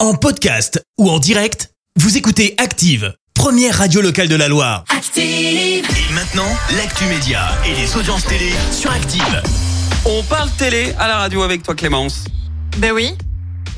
En podcast ou en direct, vous écoutez Active, première radio locale de la Loire. Active, Et maintenant, l'actu média et les audiences télé sur Active. On parle télé à la radio avec toi Clémence. Ben oui.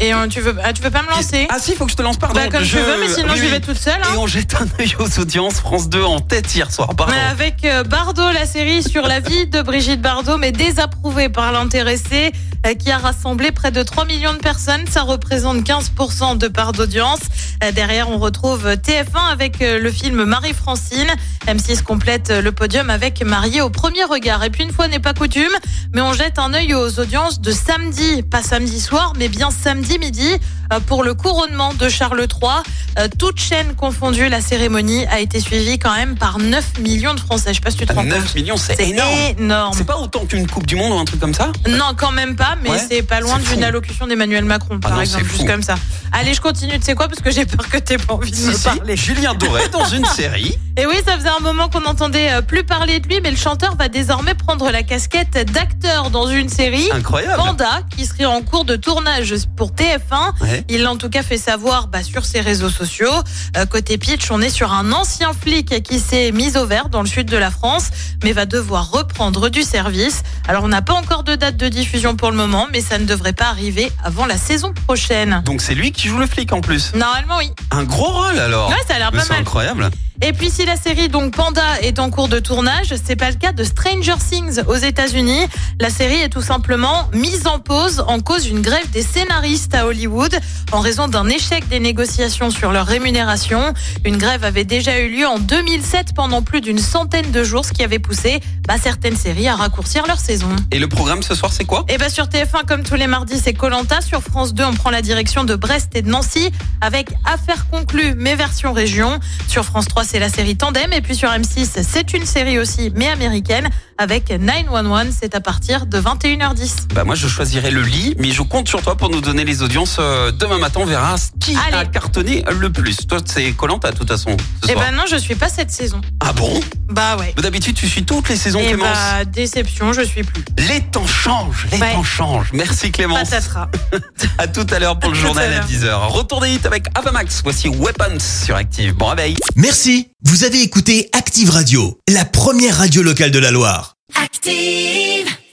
Et euh, tu veux, ah, tu veux pas me lancer Ah si, faut que je te lance pardon. Bah comme je tu veux, mais sinon oui, je vais oui. toute seule. Et Hein. on jette un œil aux audiences France 2 en tête hier soir, pardon. Mais avec euh, Bardot, la série sur la vie de Brigitte Bardot, mais désapprouvée par l'intéressé, euh, qui a rassemblé près de 3 millions de personnes. Ça représente 15% de part d'audience. Euh, Derrière, on retrouve TF1 avec euh, le film Marie-Francine. M6 complète euh, le podium avec Marié au premier regard. Et puis, une fois n'est pas coutume, mais on jette un œil aux audiences de samedi. Pas samedi soir, mais bien samedi midi euh, pour le couronnement de Charles III. Euh, Toutes chaînes confondues, la cérémonie a été suivie quand même par 9 millions de Français. Je sais pas si tu te rends compte. 9 Ah, millions, c'est C'est énorme. énorme. C'est pas autant qu'une Coupe du Monde ou un truc comme ça Non, quand même pas, mais Ouais, c'est pas loin c'est fou. Ah d'une allocution d'Emmanuel Macron, par non, exemple, c'est fou. juste comme ça. Allez, je continue, tu sais quoi, parce que j'ai peur que t'aies pas envie de me Si, parler. si, Julien Doré dans une série. Et oui, ça faisait un moment qu'on n'entendait euh, plus parler de lui, mais le chanteur va désormais prendre la casquette d'acteur dans une série. Incroyable. Panda, qui serait en cours de tournage pour TF1. Ouais. Il l'a en tout cas fait savoir bah, sur ses réseaux sociaux. Euh, côté pitch, on est sur un ancien flic qui s'est mis au vert dans le sud de la France, mais va devoir reprendre du service. Alors on n'a pas encore de date de diffusion pour le moment, mais ça ne devrait pas arriver avant la saison prochaine. Donc c'est lui qui joue le flic en plus. Normalement oui. Un gros rôle alors. Ouais, ça a l'air Mais pas c'est mal. incroyable. Et puis si la série donc Panda est en cours de tournage, c'est pas le cas de Stranger Things aux États-Unis. La série est tout simplement mise en pause en cause d'une grève des scénaristes à Hollywood en raison d'un échec des négociations sur leur rémunération. Une grève avait déjà eu lieu en 2007 pendant plus d'une centaine de jours, ce qui avait poussé bah, certaines séries à raccourcir leur saison. Et le programme ce soir, c'est quoi Et bien Eh ben, sur TF1, comme tous les mardis, c'est Colanta. Sur France 2, on prend la direction de Brest et de Nancy avec Affaires conclues, mais version région. Sur France 3, c'est la série Tandem. Et puis sur M6, c'est une série aussi, mais américaine, avec 911. C'est à partir de 21h10. Bah moi je choisirais le lit, mais je compte sur toi pour nous donner les audiences euh, demain matin. On verra qui a Allez. cartonné le plus. Toi c'est Colanta de toute façon ce Et soir. ben non, je suis pas cette saison. Ah bon Bah ouais. Mais D'habitude tu suis toutes les saisons Et Clémence. bah, déception, je suis plus. Les temps changent, les Ouais. temps changent. Merci Clémence. Patatras. À tout à l'heure pour le À tout journal à à 10h. Retournez vite avec Avamax. Voici Weapons sur Active. Bon réveil. Merci, vous avez écouté Active Radio, la première radio locale de la Loire. active.